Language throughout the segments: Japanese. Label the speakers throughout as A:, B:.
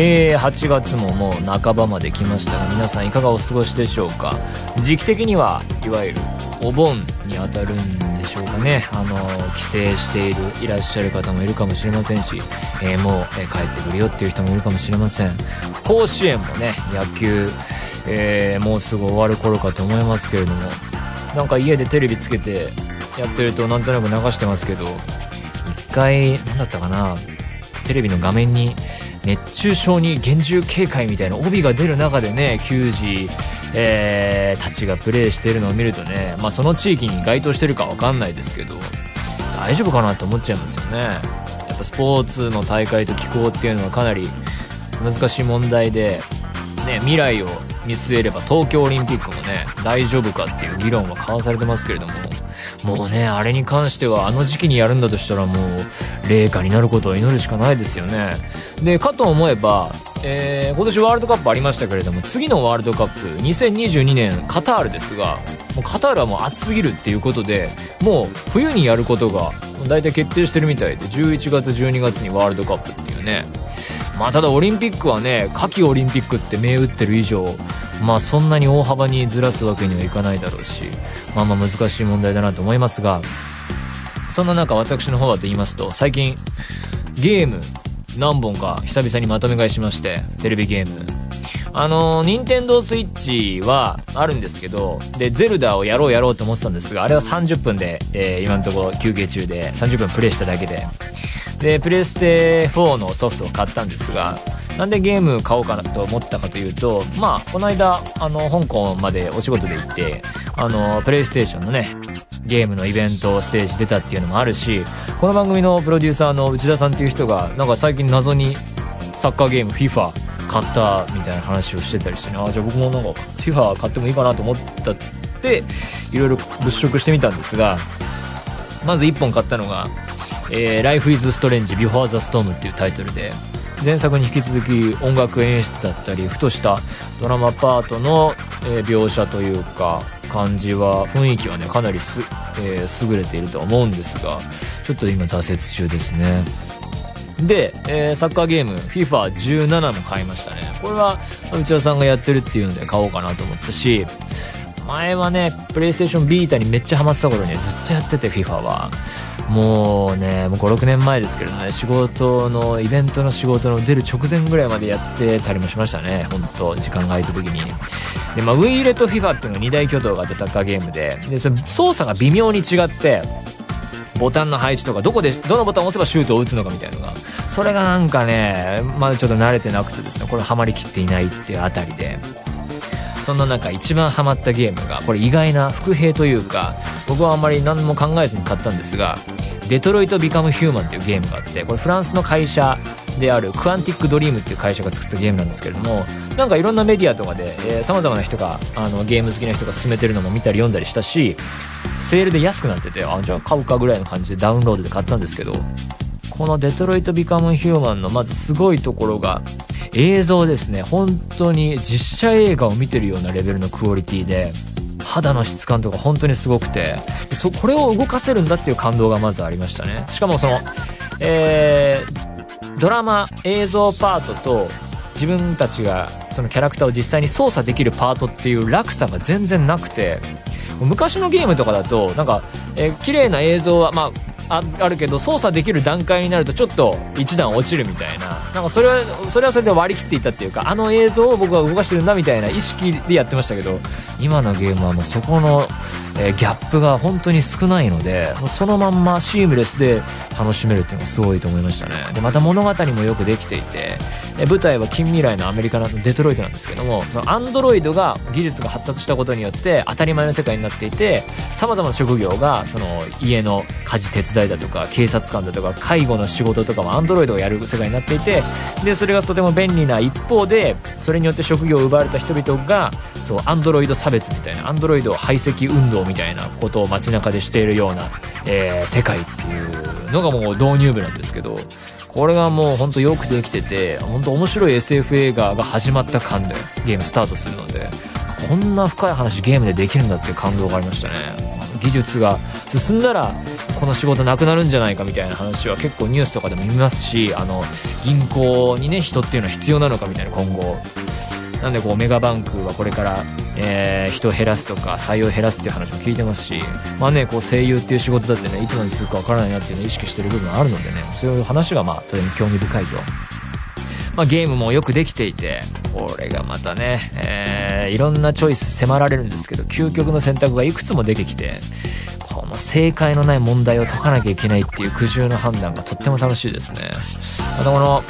A: えー、8月ももう半ばまで来ましたが皆さんいかがお過ごしでしょうか時期的にはいわゆるお盆にあたるんでしょうかねあの帰省しているいらっしゃる方もいるかもしれませんし、えーもう、えー帰ってくるよっていう人もいるかもしれません甲子園もね野球、えーもうすぐ終わる頃かと思いますけれどもなんか家でテレビつけてやってるとなんとなく流してますけど一回何だったかなテレビの画面に熱中症に厳重警戒みたいな帯が出る中でね球児、えーたちがプレーしてるのを見るとね、まあ、その地域に該当してるか分かんないですけど大丈夫かなって思っちゃいますよねやっぱスポーツの大会と気候っていうのはかなり難しい問題で、ね、未来を見据えれば東京オリンピックもね大丈夫かっていう議論は交わされてますけれどももうねあれに関してはあの時期にやるんだとしたらもう冷夏になることを祈るしかないですよねでかと思えば、えー今年ワールドカップありましたけれども次のワールドカップ2022年カタールですがもうカタールはもう暑すぎるっていうことでもう冬にやることが大体決定してるみたいで11月12月にワールドカップっていうねまあ、ただオリンピックはね夏季オリンピックって銘打ってる以上、まあ、そんなに大幅にずらすわけにはいかないだろうし、まあ、まあ難しい問題だなと思いますがそんな中私の方はと言いますと最近ゲーム何本か久々にまとめ買いしましてテレビゲームあの任天堂スイッチはあるんですけどでゼルダをやろうやろうと思ってたんですがあれは30分で、えー今のところ休憩中で30分プレイしただけででプレステ4のソフトを買ったんですがなんでゲーム買おうかなと思ったかというとまあこの間あの香港までお仕事で行ってあのプレイステーションのねゲームのイベントステージ出たっていうのもあるしこの番組のプロデューサーの内田さんっていう人がなんか最近謎にサッカーゲーム FIFA 買ったみたいな話をしてたりしてねあじゃあ僕もなんか FIFA 買ってもいいかなと思ったっていろいろ物色してみたんですがまず1本買ったのが「えー Life is Strange Before the Storm」っていうタイトルで前作に引き続き音楽演出だったりふとしたドラマパートの、えー描写というか感じは雰囲気はねかなりす、えー優れているとは思うんですがちょっと今挫折中ですね。で、えーサッカーゲーム FIFA17 も買いましたねこれは内田さんがやってるっていうので買おうかなと思ったし前はねプレイステーションビータにめっちゃハマってた頃にはずっとやってて FIFA はもうねもう56年前ですけどね仕事のイベントの仕事の出る直前ぐらいまでやってたりもしましたねほんと時間が空いた時にで、まあ、ウイイレと FIFA っていうのが2大巨頭があってサッカーゲームででそれ操作が微妙に違ってボタンの配置とかどこでどのボタンを押せばシュートを打つのかみたいなのがそれがなんかねまだちょっと慣れてなくてですねこれハマりきっていないっていうあたりでそんな中一番ハマったゲームがこれ意外な伏兵というか僕はあんまり何も考えずに買ったんですが「デトロイト・ビカム・ヒューマン」っていうゲームがあってこれフランスの会社であるクアンティック・ドリームっていう会社が作ったゲームなんですけれどもなんかいろんなメディアとかでさまざまな人があのゲーム好きな人が勧めてるのも見たり読んだりしたしセールで安くなっててあじゃあ買うかぐらいの感じでダウンロードで買ったんですけどこの「デトロイト・ビカム・ヒューマン」のまずすごいところが映像ですね本当に実写映画を見てるようなレベルのクオリティで肌の質感とか本当にすごくてそこれを動かせるんだっていう感動がまずありましたねしかもその、えードラマ映像パートと自分たちがそのキャラクターを実際に操作できるパートっていう落差が全然なくて昔のゲームとかだとなんか、えー綺麗な映像は、まあ、ああるけど操作できる段階になるとちょっと一段落ちるみたいななんかそれはそれはそれで割り切っていたっていうかあの映像を僕は動かしてるんだみたいな意識でやってましたけど今のゲームはもうそこの、えーギャップが本当に少ないのでもうそのまんまシームレスで楽しめるっていうのがすごいと思いましたねでまた物語もよくできていてえ舞台は近未来のアメリカのデトロイトなんですけどもそのアンドロイドが技術が発達したことによって当たり前の世界になっていてさまざまな職業がその家の家事手伝いだとか警察官だとか介護の仕事とかもアンドロイドをやる世界になっていてでそれがとても便利な一方でそれによって職業を奪われた人々がそうアンドロイド差別みたいなアンドロイド排斥運動みたいなことを街中でしているような、えー世界っていうのがもう導入部なんですけどこれがもうほんとよくできててほんと面白い SF 映画が始まった感でゲームスタートするのでこんな深い話ゲームでできるんだっていう感動がありましたね技術が進んだらこの仕事なくなるんじゃないかみたいな話は結構ニュースとかでも見ますしあの銀行にね人っていうのは必要なのかみたいな今後なんでこうメガバンクはこれから、えー人を減らすとか採用減らすっていう話も聞いてますし、まあね、こう声優っていう仕事だってねいつまで続くかわからないなっていうのを意識してる部分はあるのでねそういう話がまあとても興味深いと。まあ、ゲームもよくできていてこれがまたね、えーいろんなチョイス迫られるんですけど究極の選択がいくつもできてきてこの正解のない問題を解かなきゃいけないっていう苦渋の判断がとっても楽しいですねまたこの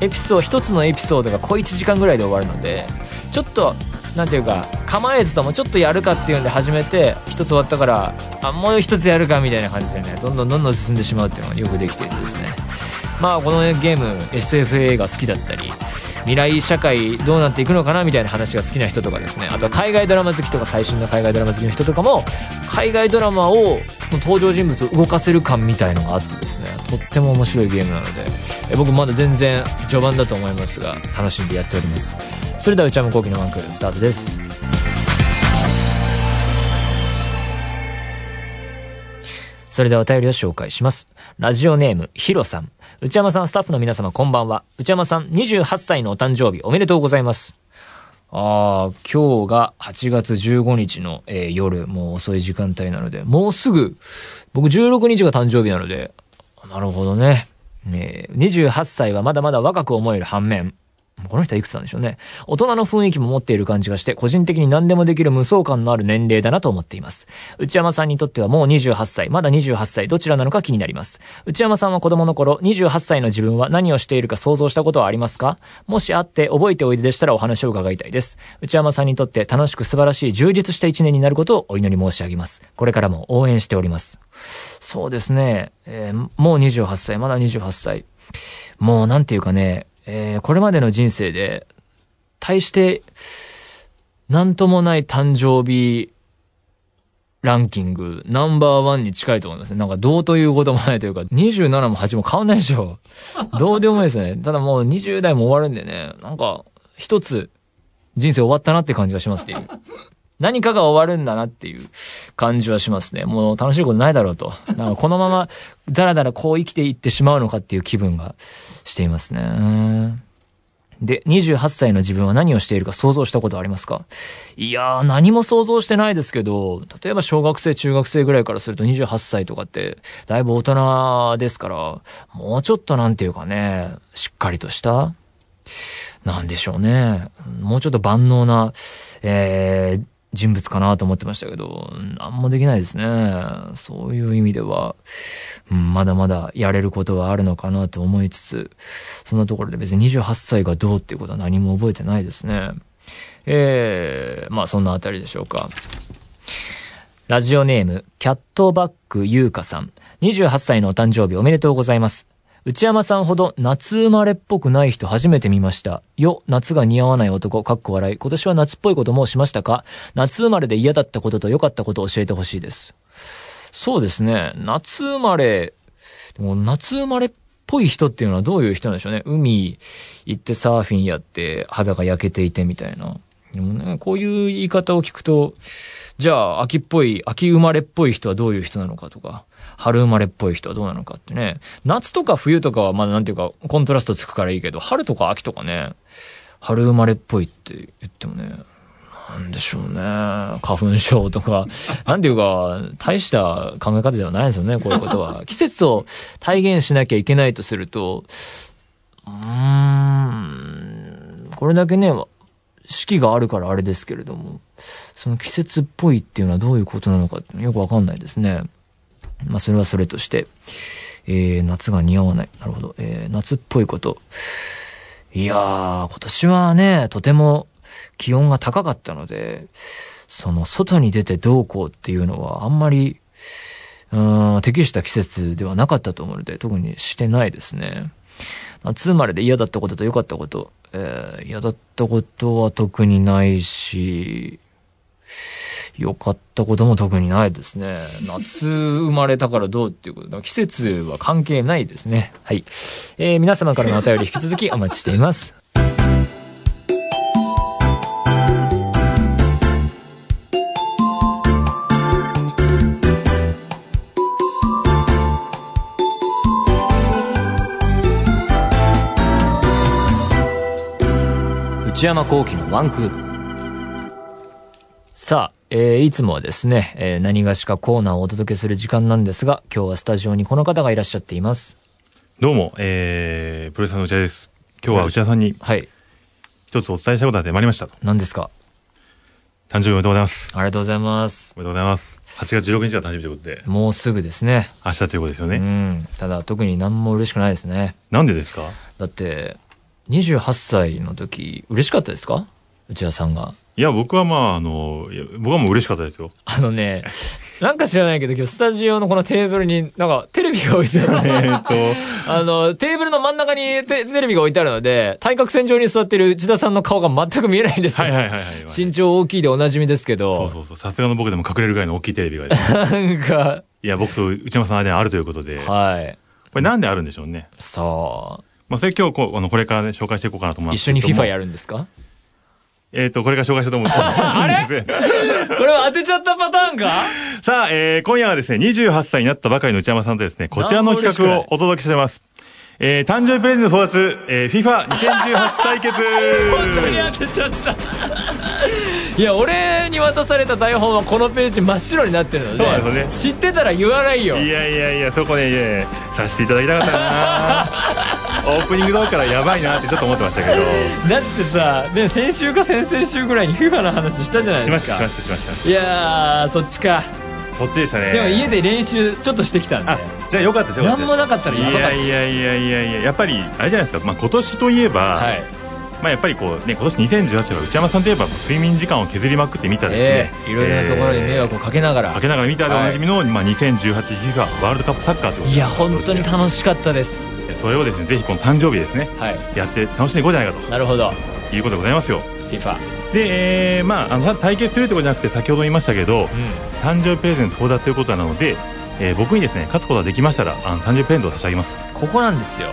A: エピソード一つのエピソードが小1時間ぐらいで終わるのでちょっとなんていうか構えずともちょっとやるかっていうんで始めて一つ終わったからあもう一つやるかみたいな感じでねどんどんどんどん進んでしまうっていうのがよくできていてですねまあこのゲーム SF 映画好きだったり未来社会どうなっていくのかなみたいな話が好きな人とかですねあとは海外ドラマ好きとか最新の海外ドラマ好きの人とかも海外ドラマをの登場人物を動かせる感みたいのがあってですねとっても面白いゲームなのでえ僕まだ全然序盤だと思いますが楽しんでやっておりますそれでは内山聖輝のワンクールスタートですそれではお便りを紹介します。ラジオネーム、ヒロさん。内山さん、スタッフの皆様、こんばんは。内山さん、28歳のお誕生日、おめでとうございます。あー、今日が8月15日の、えー夜、もう遅い時間帯なので、もうすぐ、僕16日が誕生日なので、なるほどね。えー28歳はまだまだ若く思える反面、この人はいくつなんでしょうね。大人の雰囲気も持っている感じがして、個人的に何でもできる無双感のある年齢だなと思っています。内山さんにとってはもう28歳、まだ28歳、どちらなのか気になります。内山さんは子供の頃、28歳の自分は何をしているか想像したことはありますかもしあって、覚えておいででしたらお話を伺いたいです。内山さんにとって楽しく素晴らしい充実した一年になることをお祈り申し上げます。これからも応援しております。そうですね。えーもう28歳、まだ28歳。もうなんていうかね、えーこれまでの人生で、大して、なんともない誕生日ランキングナンバーワンに近いと思いますね。なんかどうということもないというか、27も8も変わんないでしょ。どうでもいいですね。ただもう20代も終わるんでね、なんか一つ人生終わったなって感じがしますっていう。何かが終わるんだなっていう感じはしますね。もう楽しいことないだろうと。なんかこのままだらだらこう生きていってしまうのかっていう気分がしていますね。で、28歳の自分は何をしているか想像したことありますかいやー、何も想像してないですけど、例えば小学生、中学生ぐらいからすると28歳とかって、だいぶ大人ですから、もうちょっとなんていうかね、しっかりとした、なんでしょうね。もうちょっと万能な、えー人物かなと思ってましたけど、うんあんまできないですね。そういう意味では、うんまだまだやれることはあるのかなと思いつつ、そんなところで別に28歳がどうっていうことは何も覚えてないですね。えーまあそんなあたりでしょうか。ラジオネーム、キャットバック優香さん。28歳のお誕生日おめでとうございます。内山さんほど夏生まれっぽくない人初めて見ました。よ、夏が似合わない男、かっこ笑い。今年は夏っぽいこともうしましたか夏生まれで嫌だったことと良かったことを教えてほしいです。そうですね。夏生まれ、でも夏生まれっぽい人っていうのはどういう人なんでしょうね。海行ってサーフィンやって肌が焼けていてみたいな。でもね、こういう言い方を聞くと、じゃあ秋っぽい、秋生まれっぽい人はどういう人なのかとか、春生まれっぽい人はどうなのかってね。夏とか冬とかはまだなんていうかコントラストつくからいいけど、春とか秋とかね、春生まれっぽいって言ってもね、なんでしょうね。花粉症とか。 なんていうか、大した考え方ではないですよね、こういうことは。季節を体現しなきゃいけないとすると、うーん、これだけね、四季があるからあれですけれども、その季節っぽいっていうのはどういうことなのかってよくわかんないですね。まあ、それはそれとして、えー夏が似合わない。なるほど。えー夏っぽいこと。いやー、今年はね、とても気温が高かったので、その外に出てどうこうっていうのはあんまり、うーん、適した季節ではなかったと思うので、特にしてないですね。夏生まれで嫌だったことと良かったこと、えー嫌だったことは特にないし、良かったことも特にないですね。夏生まれたからどうっていうことの季節は関係ないですね。はい。えー皆様からのお便り引き続きお待ちしています。内山幸輝のワンクール。さあ、えーいつもはですね、えー何がしかコーナーをお届けする時間なんですが、今日はスタジオにこの方がいらっしゃっています。
B: どうも、えー、プロレスの内田です。今日は内田さんに
A: はい。
B: 一つお伝えしたいことが出まいりましたと。
A: 何ですか
B: 誕生日おめでとうございます。
A: ありがとうございます。
B: おめでとうございます。8月16日が誕生日ということで、
A: もうすぐですね。
B: 明日ということですよね。
A: うん。ただ、特に何も嬉しくないですね。
B: なんでですか
A: だって、28歳の時、嬉しかったですか内田さんが。
B: いや、僕はまあ、あの、いや僕はもう嬉しかった ですよ。
A: あのね、なんか知らないけど、今日スタジオのこのテーブルに、なんかテレビが置いてある ね。
B: えっと、
A: あの、テーブルの真ん中にテテレビが置いてあるので、対角線上に座ってる内田さんの顔が全く見えないんですよ
B: はいはいはい はい。
A: 身長大きいでおなじみですけ
B: そう
A: ど、
B: そうそう。さすがの僕でも隠れるぐらいの大きいテレビ がですね
A: なんか、
B: いや、僕と内山さんの間にあるということで、こ
A: はい。
B: れなんであるんでしょうね。
A: さ
B: まあ、それ今日こう、あの、これからね、紹介していこうかなと思い
A: あ、
B: ま
A: 一
B: す
A: 緒
B: けど
A: に
B: も。
A: FIFA やるんですか
B: えっと、これから紹介したいと思うんで すけどあ れ
A: これは当てちゃったパターンか
B: さあ、えー、今夜はですね、28歳になったばかりの内山さんとですね、こちらの企画をお届けしています。えー、誕生日プレゼント争奪、えー、FIFA2018 対 決
A: 本当に当てちゃった。 いや、俺に渡された台本はこのページ真っ白になってるので、
B: そうなんです
A: 知ってたら言わないよ。
B: いやいやいや、そこね、いやいやさせていただきたか ったなオープニング動画からやばいなってちょっと思ってましたけど、
A: だってさ、ね、先週か先々週ぐらいに FIFA の話したじゃない
B: し
A: で
B: ますした、
A: か。
B: しました、しまし
A: いやー、そっちか。
B: た。そっちでしたね。
A: でも家で練習ちょっとしてきたんで
B: あ。、じゃあよかったですよかったで
A: なん
B: す。
A: もなかったらやばかった
B: いやいやいやいやいや、やっぱり、あれじゃないですか、まあ今年といえば、
A: はい。
B: まあやっぱりこうね、今年2018は内山さんといえばもう睡眠時間を削りまくってみたで
A: え
B: すね。
A: えいろいろなところに迷惑をかけながら。
B: かけながら見たでおなじみの、まあ、2018 FIFA ワールドカップサッカーということで
A: いや本当に楽しかったです
B: それをですねぜひこの誕生日ですね
A: はい
B: やって楽しんでいこうじゃないか
A: なるほど
B: ということでございますよ
A: FIFA
B: で、えーまああの対決するということじゃなくて先ほど言いましたけど、
A: う
B: 誕生日プレゼント相談ということなので、えー僕にですね勝つことができましたらあの誕生日プレゼントを差し上げます
A: んここなんですよ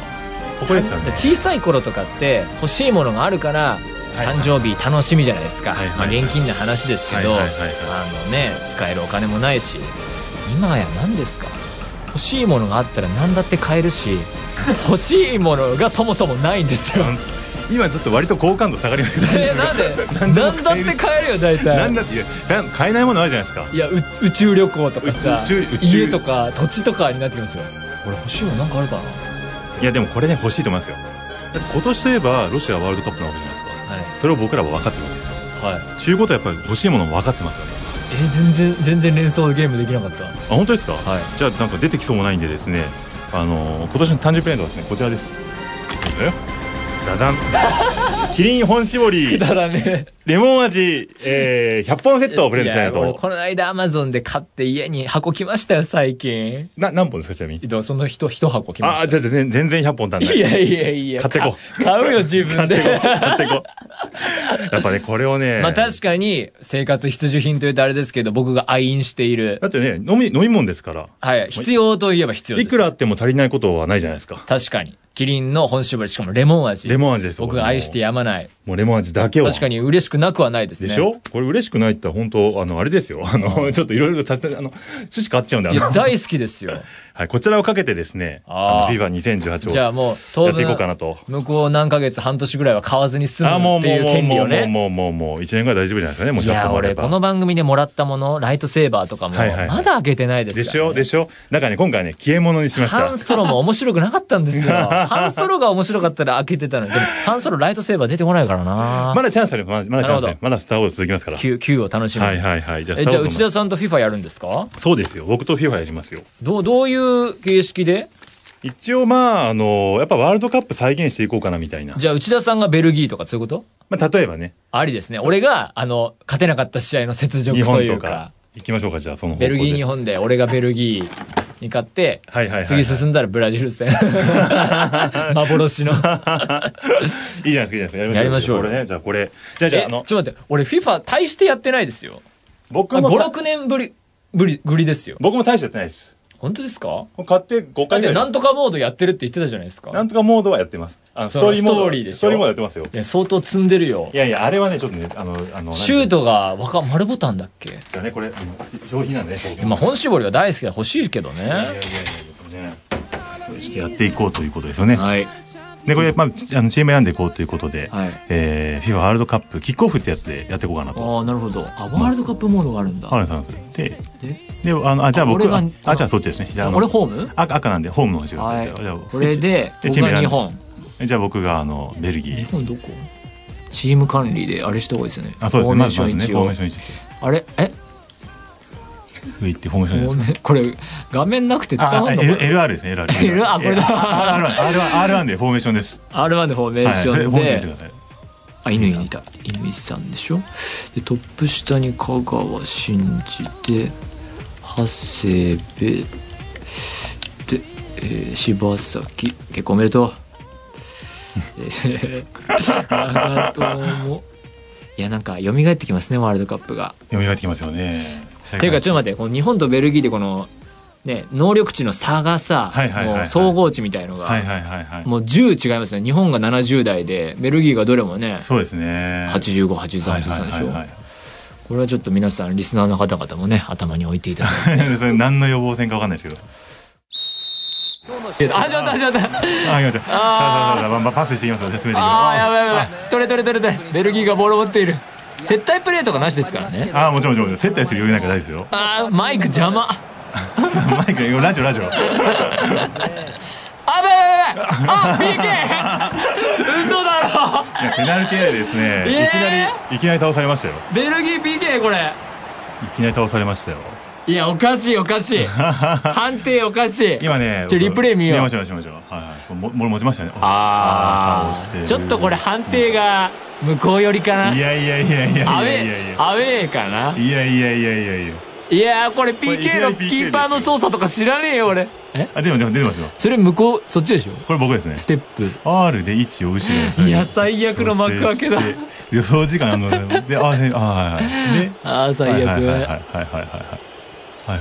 B: ここですよね
A: 小さい頃とかって欲しいものがあるから
B: はい
A: 誕生日楽しみじゃないですか、
B: はいはいはい
A: まあ、現金な話ですけど、
B: はいはいはいはい
A: あのね使えるお金もないし今や何ですか欲しいものがあったら何だって買える し欲しいものがそもそもないんですよ
B: 今ちょっと割と好感度下がりました
A: えなんで何だって買えるよ大体
B: なんだって言うさ買えないものあるじゃないですか
A: いやう宇宙旅行とかさ
B: 宇宙宇宙
A: 家とか土地とかになってきますよ俺欲しいものなんかあるかない
B: やでもこれね欲しいと思いますよだって今年といえばロシアワールドカップなわけじゃないですか
A: はい
B: それを僕らは分かってるわけですよ
A: はい
B: 中古とやっぱり欲しいものも分かってますよね
A: え全然全然連想ゲームできなかった
B: あ本当ですか、
A: はい
B: じゃあなんか出てきそうもないんでですねあのー今年の誕生日プレゼントはですねこちらですえダ ダンキリン本搾り
A: だからね
B: レモン味、えー、100本セットをプレゼントしない
A: いや俺
B: と
A: この間アマゾンで買って家に箱来ましたよ最近
B: な何本ですかちなみに
A: でもその人一箱来ま
B: あ
A: し
B: じゃあ全然100本足ん
A: た
B: ない
A: いやいやいや
B: 買ってこ
A: か買うよ自分で
B: 買ってこうやっぱねこれをね
A: まあ確かに生活必需品というとあれですけど僕が愛飲している
B: だってね飲み飲み物ですから
A: はい必要といえば必要で
B: い
A: す
B: くらあっても足りないことはないじゃないですか
A: 確かにキリンの本搾りしかもレモン味
B: レモン味です
A: 僕が愛してやまない
B: もうレモン味だけは
A: 確かに嬉しくなくはないですね
B: でしょこれ嬉しくないって言ったら本当、あの、あれですよ。あの、 ちょっといろいろと立て、あの、趣旨変わっちゃうんだ
A: いや
B: よ。
A: 大好きですよ
B: はい、こちらをかけてですね、
A: あー
B: あの、FIFA2018 を。
A: じゃあもう
B: や
A: 当
B: ってい
A: 分
B: こうかなと。
A: 向こう何ヶ月半年ぐらいは買わずに済
B: あーも
A: む
B: う
A: っ
B: も
A: ていう権利を
B: うもうもう
A: ね
B: もうもうもう一年ぐらい大丈夫じゃないですかねもう
A: い
B: 100
A: や
B: 本あれ
A: 俺
B: ば
A: この番組でもらったものライトセーバーとかも
B: はいはいはい
A: まだ開けてないです
B: で
A: か
B: し
A: ら、ね
B: ょでしょだからね今回ね消え物にしました
A: ハンソロも面白くなかったんですよハンソロが面白かったら開けてたのにでもハンソロライトセーバー出てこないからな、
B: まだチャンスあるまだまだチャンス
A: なるほ
B: ある
A: ど
B: まだスター・ウォーズ続きますから
A: 9, を楽しみに、
B: はいはいはいじゃあ
A: え
B: スタ
A: じゃ
B: ー・
A: あ
B: ウォー
A: 内
B: ズも
A: 田さんと FIFA やるんですか
B: そうですよ僕と FIFA やりますよ
A: どうどういう形式で
B: 一応まあ、あの、やっぱワールドカップ再現していこうかなみたいな。
A: じゃあ、内田さんがベルギーとかそういうこと
B: まあ、例えばね、
A: ありですね。俺が、あの、勝てなかった試合の雪辱
B: 日
A: と
B: 本
A: い
B: と
A: う
B: か
A: か、、
B: 行きましょうか、じゃあ、その方向
A: ベ
B: で。
A: ルギー、日本で、俺がベルギーに勝って、
B: はいはいはいはい
A: 次進んだらブラジル戦。 幻の。
B: いいじゃないですか、いいじゃないですか。
A: やりましょうよ
B: これね、じゃあこれ。じゃあ、じゃあ、
A: え
B: あ
A: ちょっ
B: の、
A: と待って、俺 FIFA 大してやってないですよ。
B: 僕
A: 5、
B: も、
A: 6年ぶり、ぶり、ぶりですよ。
B: 僕も大してやってないです。
A: 本当ですか
B: これ買って
A: だ
B: 5
A: っ
B: 回ぐ
A: て
B: らいです。
A: なんとかモードやってるって言ってたじゃないですか。
B: なんとかモードはやってます。あの
A: その
B: モード
A: ストー
B: は
A: リーでしょ
B: ストーリーモードやってますよ。
A: いや、相当積んでるよ
B: い。やいや、あれはね、ちょっとね、あの、あの、
A: シュートが、わか、丸ボタンだっけ
B: なんていうんですかね、これ、あの商品なんでね、商品
A: まあ、本絞りは大好きで欲しいけど
B: いやい
A: ね。
B: やいやいやねこれしてやっていこうということですよね。
A: はい。
B: で、これ、まあ、ちあのチーム選んでいこうということで、
A: はい
B: えー、FIFA ワールドカップキックオフってやつでやっていこうかなと。
A: ああ、なるほど。あ、ワールドカップモードがあるんだ。
B: 原さんです。で、
A: で
B: で、あの、あ、じゃあ僕、
A: 俺が
B: あ、あじゃあそっちですね。じゃあ、あの
A: 俺ホーム
B: 赤赤なんで、ホームの方にしてくださ。
A: はい
B: じゃあ
A: い。これで、
B: で
A: 僕
B: チーム選
A: が
B: んで
A: 日本。
B: じゃあ僕が、あの、ベルギ
A: 日
B: ー。
A: 本どこチーム管理であれした方がいいですよね。
B: あ、そう
A: フ
B: ですね。
A: ォーメ
B: ま
A: ー
B: ず、
A: ション
B: まずね、
A: 一
B: フォーメー
A: 応。
B: ション1。
A: あれえ
B: 上行ってフォーメーション
A: ご
B: 1。
A: めんこれ、画面なくて伝
B: あ、
A: わ
B: あ
A: んの
B: L- LR ですね、LR。
A: L- あこれだ
B: R1、R1 でフォーメーションです。
A: ?R1 でフォーメーシ
B: それ
A: ョン
B: フォーメー
A: で
B: ション見、てください。
A: あ、犬にいた。犬さんでしょで、トップ下に香川真司で、長谷部、で、えー柴崎、結婚おめでとう。えー長友、いや、なんか、蘇ってきますね、ワールドカップが。
B: 読み返ってきますよね。
A: ていうかちょっと待ってこの日本とベルギーでこのね能力値の差がさ、
B: はいはいはいはい
A: もう総合値みたいのが、
B: はいはいはいはい。
A: もう10違いますね日本が70代でベルギーがどれもね
B: そうですね。はいはい
A: 858383で
B: は
A: し
B: い
A: ょ、
B: はい。
A: これはちょっと皆さんリスナーの方々もね頭に置いていただいて
B: それ何の予防線かわかんないですけど。
A: あ始まった始まった
B: あ、いや、じゃあ、さあさあさあ、まあパスしていきますよ、説明でき
A: ああや
B: ま
A: ばいやばいやばい取れ取れ取れ取れベルギーがボールを持っている接待プレーとかなしですからね
B: す。ああ、もちろん、もちろん、接待する余裕なんかないですよ。
A: あーマイク邪魔
B: マイク、ラジオ、ラジオ。
A: あやばいやばいやばいあ PK 嘘だろ
B: いやペナルティーエリアでですね、いきなり、いきなり倒されましたよ。
A: ベルギー PK これ
B: いきなり倒されましたよ。
A: いやおかしいおかしい判定おかしい
B: 今ね、
A: ちょ
B: 僕
A: リプレイ見よう
B: 見ましょう、見ましょう。はいはい。も、も持ちましたね。
A: あ
B: ー
A: あちょっとこれ判定。が向こう寄りかない
B: やいやいやいやい
A: アウ
B: やいや
A: ェ
B: い
A: ー
B: や。
A: アウェーかない
B: やいやいやいやいや。
A: いやーこれ PK の
B: これいきなり PK
A: キーパーの操作とか知らねえよ俺え
B: あ、でも、でも、出てますよ。
A: それ向こうそっちでしょ
B: これ僕ですね。
A: ステップ
B: R で位置を後ろに下げる
A: いや最悪の幕開けだ
B: 調整して予想時間あのであであはいはいで
A: ああ最悪、
B: はいはいはいはいはいはいはいはい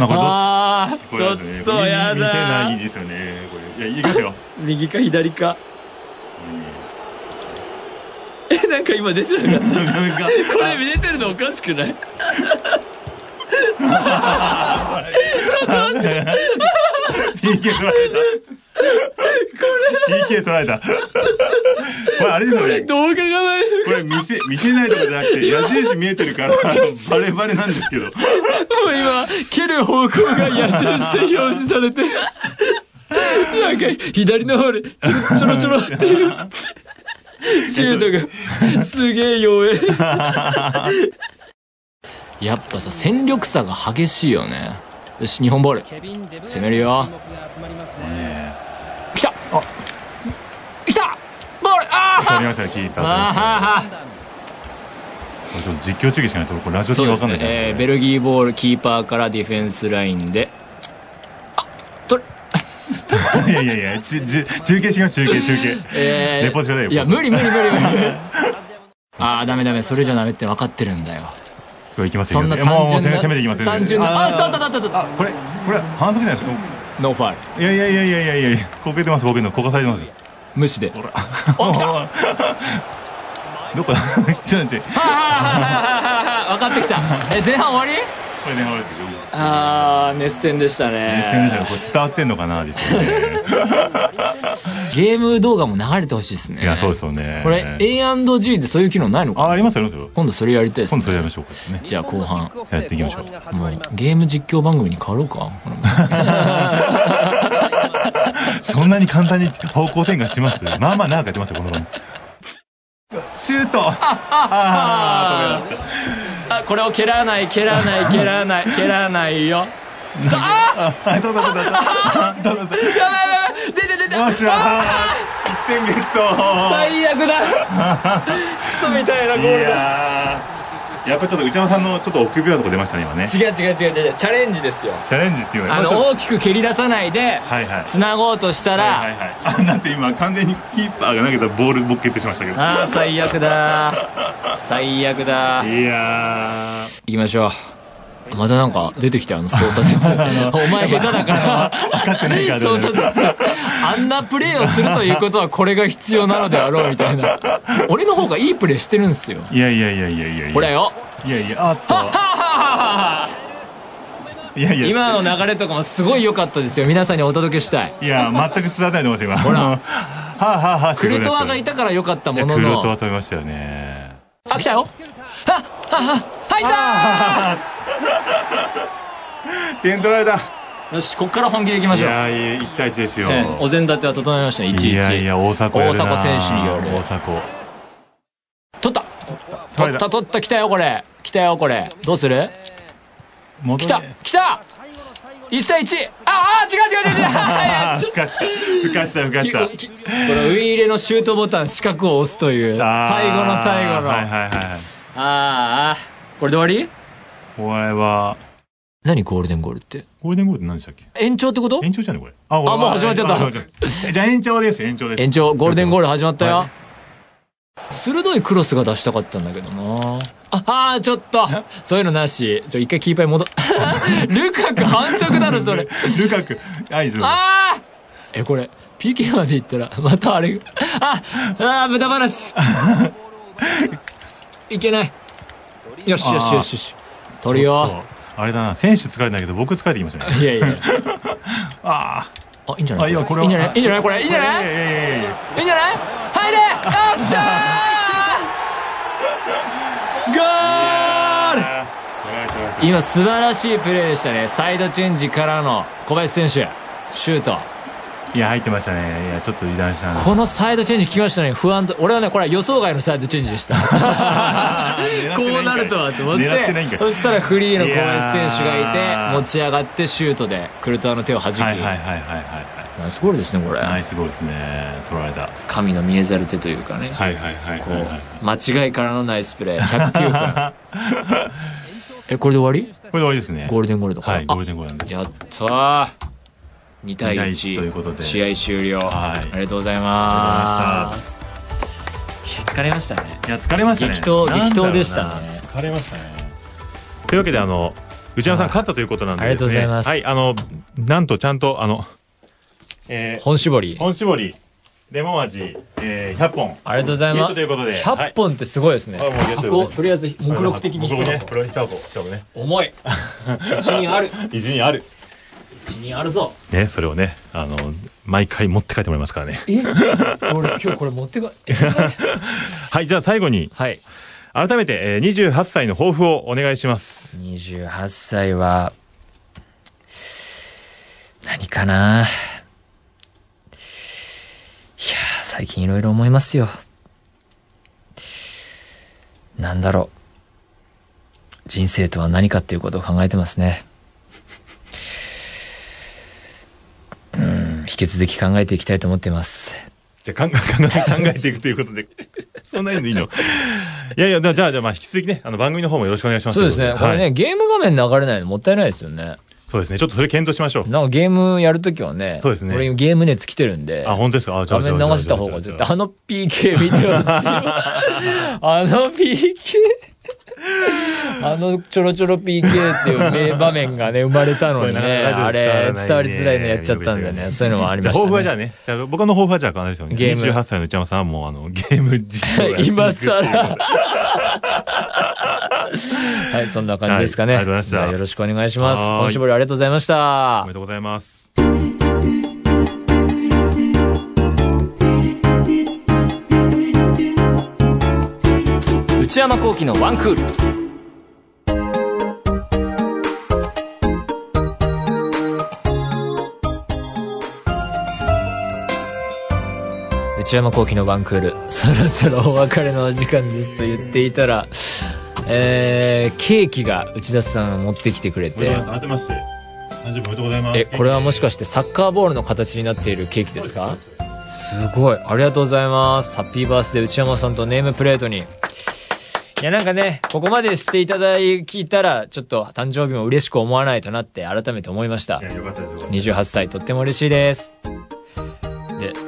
B: まあこれど
A: ああ
B: こ
A: ち
B: れ
A: ょ
B: は
A: っ
B: ですね
A: とや
B: 見せな
A: だ
B: いですよねこれいやいきますよ
A: 右か左かえなんか今出てなかっ
B: なんか
A: たこれ出てるのおかしくない
B: あ PK 取られた PK 取られたこれあれですよね
A: 動画がない
B: これ見せ見せないとかじゃなくて矢印見えてるからバレバレなんですけど
A: もう今蹴る方向が矢印で表示されてなんか左の方でちょろちょろっていうシュートがすげえ弱いやっぱさ戦力差が激しいよねよし日本ボール攻めるよ来た来たボールあー
B: 取
A: は
B: り
A: ー
B: ましたねキーパー取りましたね
A: あーはーは
B: これちょっと実況中継しかないとこれラジオ
A: ーそ
B: 中
A: う
B: 継
A: で
B: わか
A: す
B: んな
A: ね
B: い、から
A: えーベルギーボールキーパーからディフェンスラインであ取れ
B: いやいやいや、ちじゅ中継します、中継、中継。
A: えー
B: レポートしてくださいよ
A: いや無理無理無理無 理ああダメダメそれじゃダメって分かってるんだよ
B: これいきますよ、
A: そんな
B: 行きますよもうもう
A: 単純
B: 攻め
A: な
B: 攻めていきますよ
A: 単純なあーしたしたしたした
B: あこれ、これ、反則じゃないですか。
A: ノーファール
B: いやいやいやいやいやいや、こけてます、こけてます、こかされてますよ。
A: 無視で
B: ほら。
A: お来た
B: もうどこだ ちょっと待って、
A: はいはいはいはいはいはい分かってきたえ前半終わり
B: これね、ほら、熱
A: あー熱戦でした
B: 戦でした
A: ね
B: よこれ伝わってんのかなですよね。
A: ゲーム動画も流れてほしいですね
B: いや、そうですよね。
A: これ A&G ってそういう機能ないのか
B: あ、ありますよ、ありますよ。
A: 今度それやりたいです
B: 今
A: ね
B: 度それやりましょうかね。
A: じゃあ後半
B: やっていきましょう
A: もうゲーム実況番組に変わろうかこの
B: そんなに簡単に 方向転換しますまあまあ長くやってますよ、この番組。シュートああ、
A: あこれを蹴らない蹴らない蹴らない蹴らないよさあ
B: あ、どうだどうだどうだ。どうだどう
A: やばいやばいやばい出て出て
B: だ。よっしゃ ー。1点ゲット。
A: 最悪だクソみたいなゴ
B: い
A: ールだ
B: やー、やっぱちょっと内山さんのちょっと臆病なとこ出ましたね、今ね。チ
A: 違う違う違う違うチャレンジですよ
B: ャレンジっていうのは
A: あ
B: ねま
A: の
B: あちょっ
A: 大きく蹴り出さないで
B: とはいはい。
A: つなごうとした
B: はい
A: ら
B: はいはい。あ、なんて今、完全にキーパーが投げたボールボッケってしましたけど。
A: ああ最悪だ最悪だ
B: いやー。
A: 行きましょうまたなんか出てきたよあの操作 説お前下手だから
B: 分かってないからね
A: 操作説あんなプレーをするということはこれが必要なのであろうみたいな俺の方がいいプレーしてるんですよ
B: いやいやいやいやいやいや。
A: これよ
B: いやいや、あっ
A: はっはっ
B: と。
A: はっはい
B: やいや。
A: 今の流れとかもすごい良かったですよ皆さんにお届けしたい
B: いや、全く伝わってないと思 いました、今。ほら。はあ、はあはあ、
A: クルトワがい
B: た
A: たから良かったもの
B: クルト
A: の
B: ワ食べましたよね。
A: あ来たよあっあっ入った
B: 点取られた。
A: ーよしこっから本気でいきま
B: い
A: しょう
B: やー、いい一対一ですよ。
A: ええお膳立ては整いましたねいちいち
B: いやいや、大迫やるな
A: 大迫選手による
B: 大迫。
A: 取った
B: 取
A: 取
B: れ
A: ったた取った来たよこれ来たよこれどうする
B: 戻
A: 来
B: れ
A: た来た1対1ああ違う 違う違う違う
B: あ
A: あ
B: ー
A: ー
B: ふかした、ふかした、ふかした。
A: ききこの上入れのシュートボタン四角を押すという
B: あー
A: 最後の最後の、
B: はいはいはい。
A: ああこれで終わり
B: これは、
A: 何ゴールデンゴールって
B: ゴールデンゴールって何でしたっけ
A: 延長ってこと
B: 延長じゃねこれ。あ、俺
A: あもう始まっちゃった
B: ああたじゃあ延長です、延長です。
A: 延長ゴールデンゴール始まったよ、
B: は
A: 鋭いクロスが出したかったんだけどなああーちょっ とそういうのなしちょ一回キーパーに戻っ ルカク反則だろそれ
B: ルカク、あ、いいぞ。
A: ああえこれ PK までいったらまたあれああー無駄 話いけないよしよしよしよし取る
B: ちょ
A: よ
B: っと。あれだな、選手疲れないけど、僕疲れてきましたね。
A: いやいや
B: あ
A: あいいんじゃ
B: あ、
A: ない
B: あ、いや、これは。
A: いいんじゃないいいんじゃないこれいいんじゃない
B: いやいやいやいや
A: いいんじゃない入れよっしゃーゴール
B: トライトライトライ
A: 今素晴らしいプレーでしたねサイドチェンジからの小林選手シュート
B: いや、入ってましたね。いや、ちょっと油断したな。
A: このサイドチェンジ来ましたね不安と俺はねこれは予想外のサイドチェンジで したこうなるとはと思っ
B: 狙ってないん
A: て
B: かい
A: そしたらフリーの小林選手
B: い
A: が
B: や
A: い
B: ー
A: て持ち上がってシュートでクルトワの手を弾き、
B: はいはいはいはいはいはい。
A: ナイスゴールですねこれ
B: ナイスゴールですね。取られた。は
A: 神の見えざる手というかね、
B: いはいはい
A: こ
B: はいは
A: う間違いからのナイスプレー109分 えこれで終わ
B: い。これで終わりですね
A: り。ゴールデンゴールドか
B: はい、
A: あ
B: ゴールデンゴールなんで。
A: やったー2対 1,
B: 2対1ということで
A: 試合終了、
B: はい
A: ありがとうございますいや疲れましたね
B: いや、疲れましたね。
A: 激闘
B: なんだろう
A: 激
B: な
A: 闘でしたね
B: 疲れましたね。というわけで、あの、内山さん勝ったということなんで、
A: ありがとうございます
B: はい、あの、なんとちゃんと、あの、えー、
A: 本絞り
B: 本絞り、レモン味、えー、100本。
A: ありがとうござい
B: ゲッ
A: ま
B: ト
A: す
B: ということで
A: 100本ってすごいですね、
B: はいあもうゲット
A: 箱をとりあえず目録的に
B: 僕も
A: 1
B: ね、
A: 箱
B: これは1箱、1箱ね。
A: 重 い一人ある
B: 意地にある。
A: 一人あるぞ
B: ね、それをね、あの、毎回持って帰ってもらいますからね。
A: え俺今日これ持ってか
B: はい、じゃあ最後に、
A: はい
B: 改めて、えー、28歳の抱負をお願いします。
A: 28歳は、何かないやー最近いろいろ思いますよ。なんだろう。人生とは何かっていうことを考えてますね。うん、引き続き考えていきたいと思っています。
B: じゃ あ考え、考え、考えていくということで。 そんなの でいいのいやいや、じゃあ、じゃあ、まあ、引き続きね、あの、番組の方もよろしくお願いします。
A: そうですね。
B: とい
A: これね、
B: はい。
A: ゲーム画面流れないのもったいないですよね。
B: そうですね。ちょっとそれ検討しましょう。
A: なんかゲームやるときはね、
B: そうですね
A: 俺ゲーム熱来てるんで。
B: あ、本当ですかあ、じゃ
A: 画
B: あ、じゃ
A: 面
B: あ
A: 流
B: じゃあ
A: した方が
B: じゃ
A: 絶
B: あ
A: 対。あの PK 見てほしいわ。あの PK。あのちょろちょろ PK っていう名場面がね、生まれたのにね、
B: これなか
A: あ
B: なかラジオ
A: れ伝
B: 伝わらないね
A: わりづらいのやっちゃったんでね、そういうのもあり
B: じ
A: ま
B: ゃあ
A: した、ね。
B: 抱負はじゃあね。じゃあ、僕の抱負はじゃあ、必ず
A: ゲーム
B: 28歳の内山さんはもう、あの、ゲーム実 況をやってい く
A: 今更。はい、そんな感じですかね。
B: はいありがとうございました
A: じゃあよろしくお願いします。
B: はーい
A: 本絞りありがとうございました
B: おめで。とうございます。
A: 内山幸輝のワンクール。内山幸輝のワンクール、そろそろお別れのお時間ですと言っていたら、えー、ケーキが内田さん持ってきてくれ
B: おめで
A: て
B: とうございます。改めまして。誕生日おめでとうございます。
A: え、これはもしかしてサッカーボールの形になっているケーキですかすごい。ありがとうございます。ハッピーバースデー内山さんとネームプレートに。いや、なんかね、ここまでしていただきたら、ちょっと誕生日も嬉しく思わないとなって改めて思いました
B: い。やよかったですよかったです。
A: 28歳、とっても嬉しいです。で、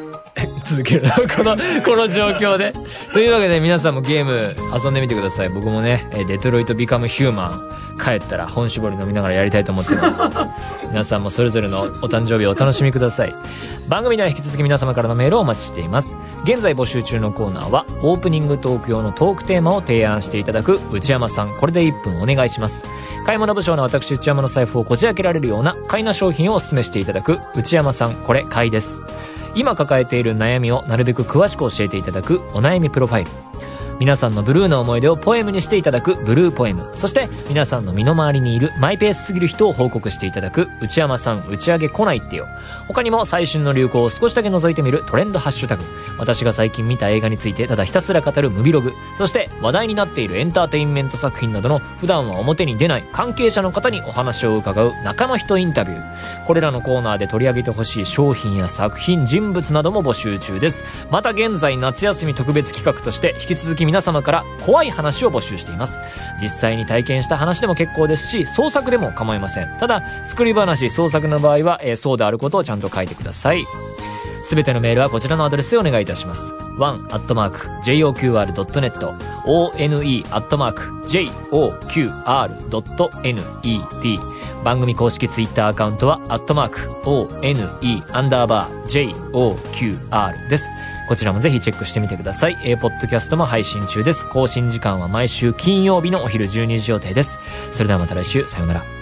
A: 続けるなこの、この状況で。というわけで皆さんもゲーム遊んでみてください。僕もね、えーデトロイトビカムヒューマン、帰ったら本絞り飲みながらやりたいと思ってます。皆さんもそれぞれのお誕生日をお楽しみください。番組では引き続き皆様からのメールをお待ちしています。現在募集中のコーナーは、オープニングトーク用のトークテーマを提案していただく内山さん、これで1分お願いします。買い物部署の私内山の財布をこじ開けられるような買いな商品をお勧めしていただく内山さん、これ買いです。今抱えている悩みをなるべく詳しく教えていただくお悩みプロファイル皆さんのブルーな思い出をポエムにしていただくブルーポエムそして皆さんの身の回りにいるマイペースすぎる人を報告していただく内山さん打ち上げ来ないってよ他にも最新の流行を少しだけ覗いてみるトレンドハッシュタグ私が最近見た映画についてただひたすら語るムビログそして話題になっているエンターテインメント作品などの普段は表に出ない関係者の方にお話を伺う中の人インタビューこれらのコーナーで取り上げてほしい商品や作品人物なども募集中ですまた現在夏休み特別企画として引き続き皆様から怖い話を募集しています実際に体験した話でも結構ですし創作でも構いませんただ作り話創作の場合は、えーそうであることをちゃんと書いてくださいすべてのメールはこちらのアドレスでお願いいたします。one.joqr.net one.joqr.net 番組公式ツイッターアカウントは one アンダーバー joqr です。こちらもぜひチェックしてみてください。えー、ポッドキャストも配信中です。更新時間は毎週金曜日のお昼12時予定です。それではまた来週、さようなら。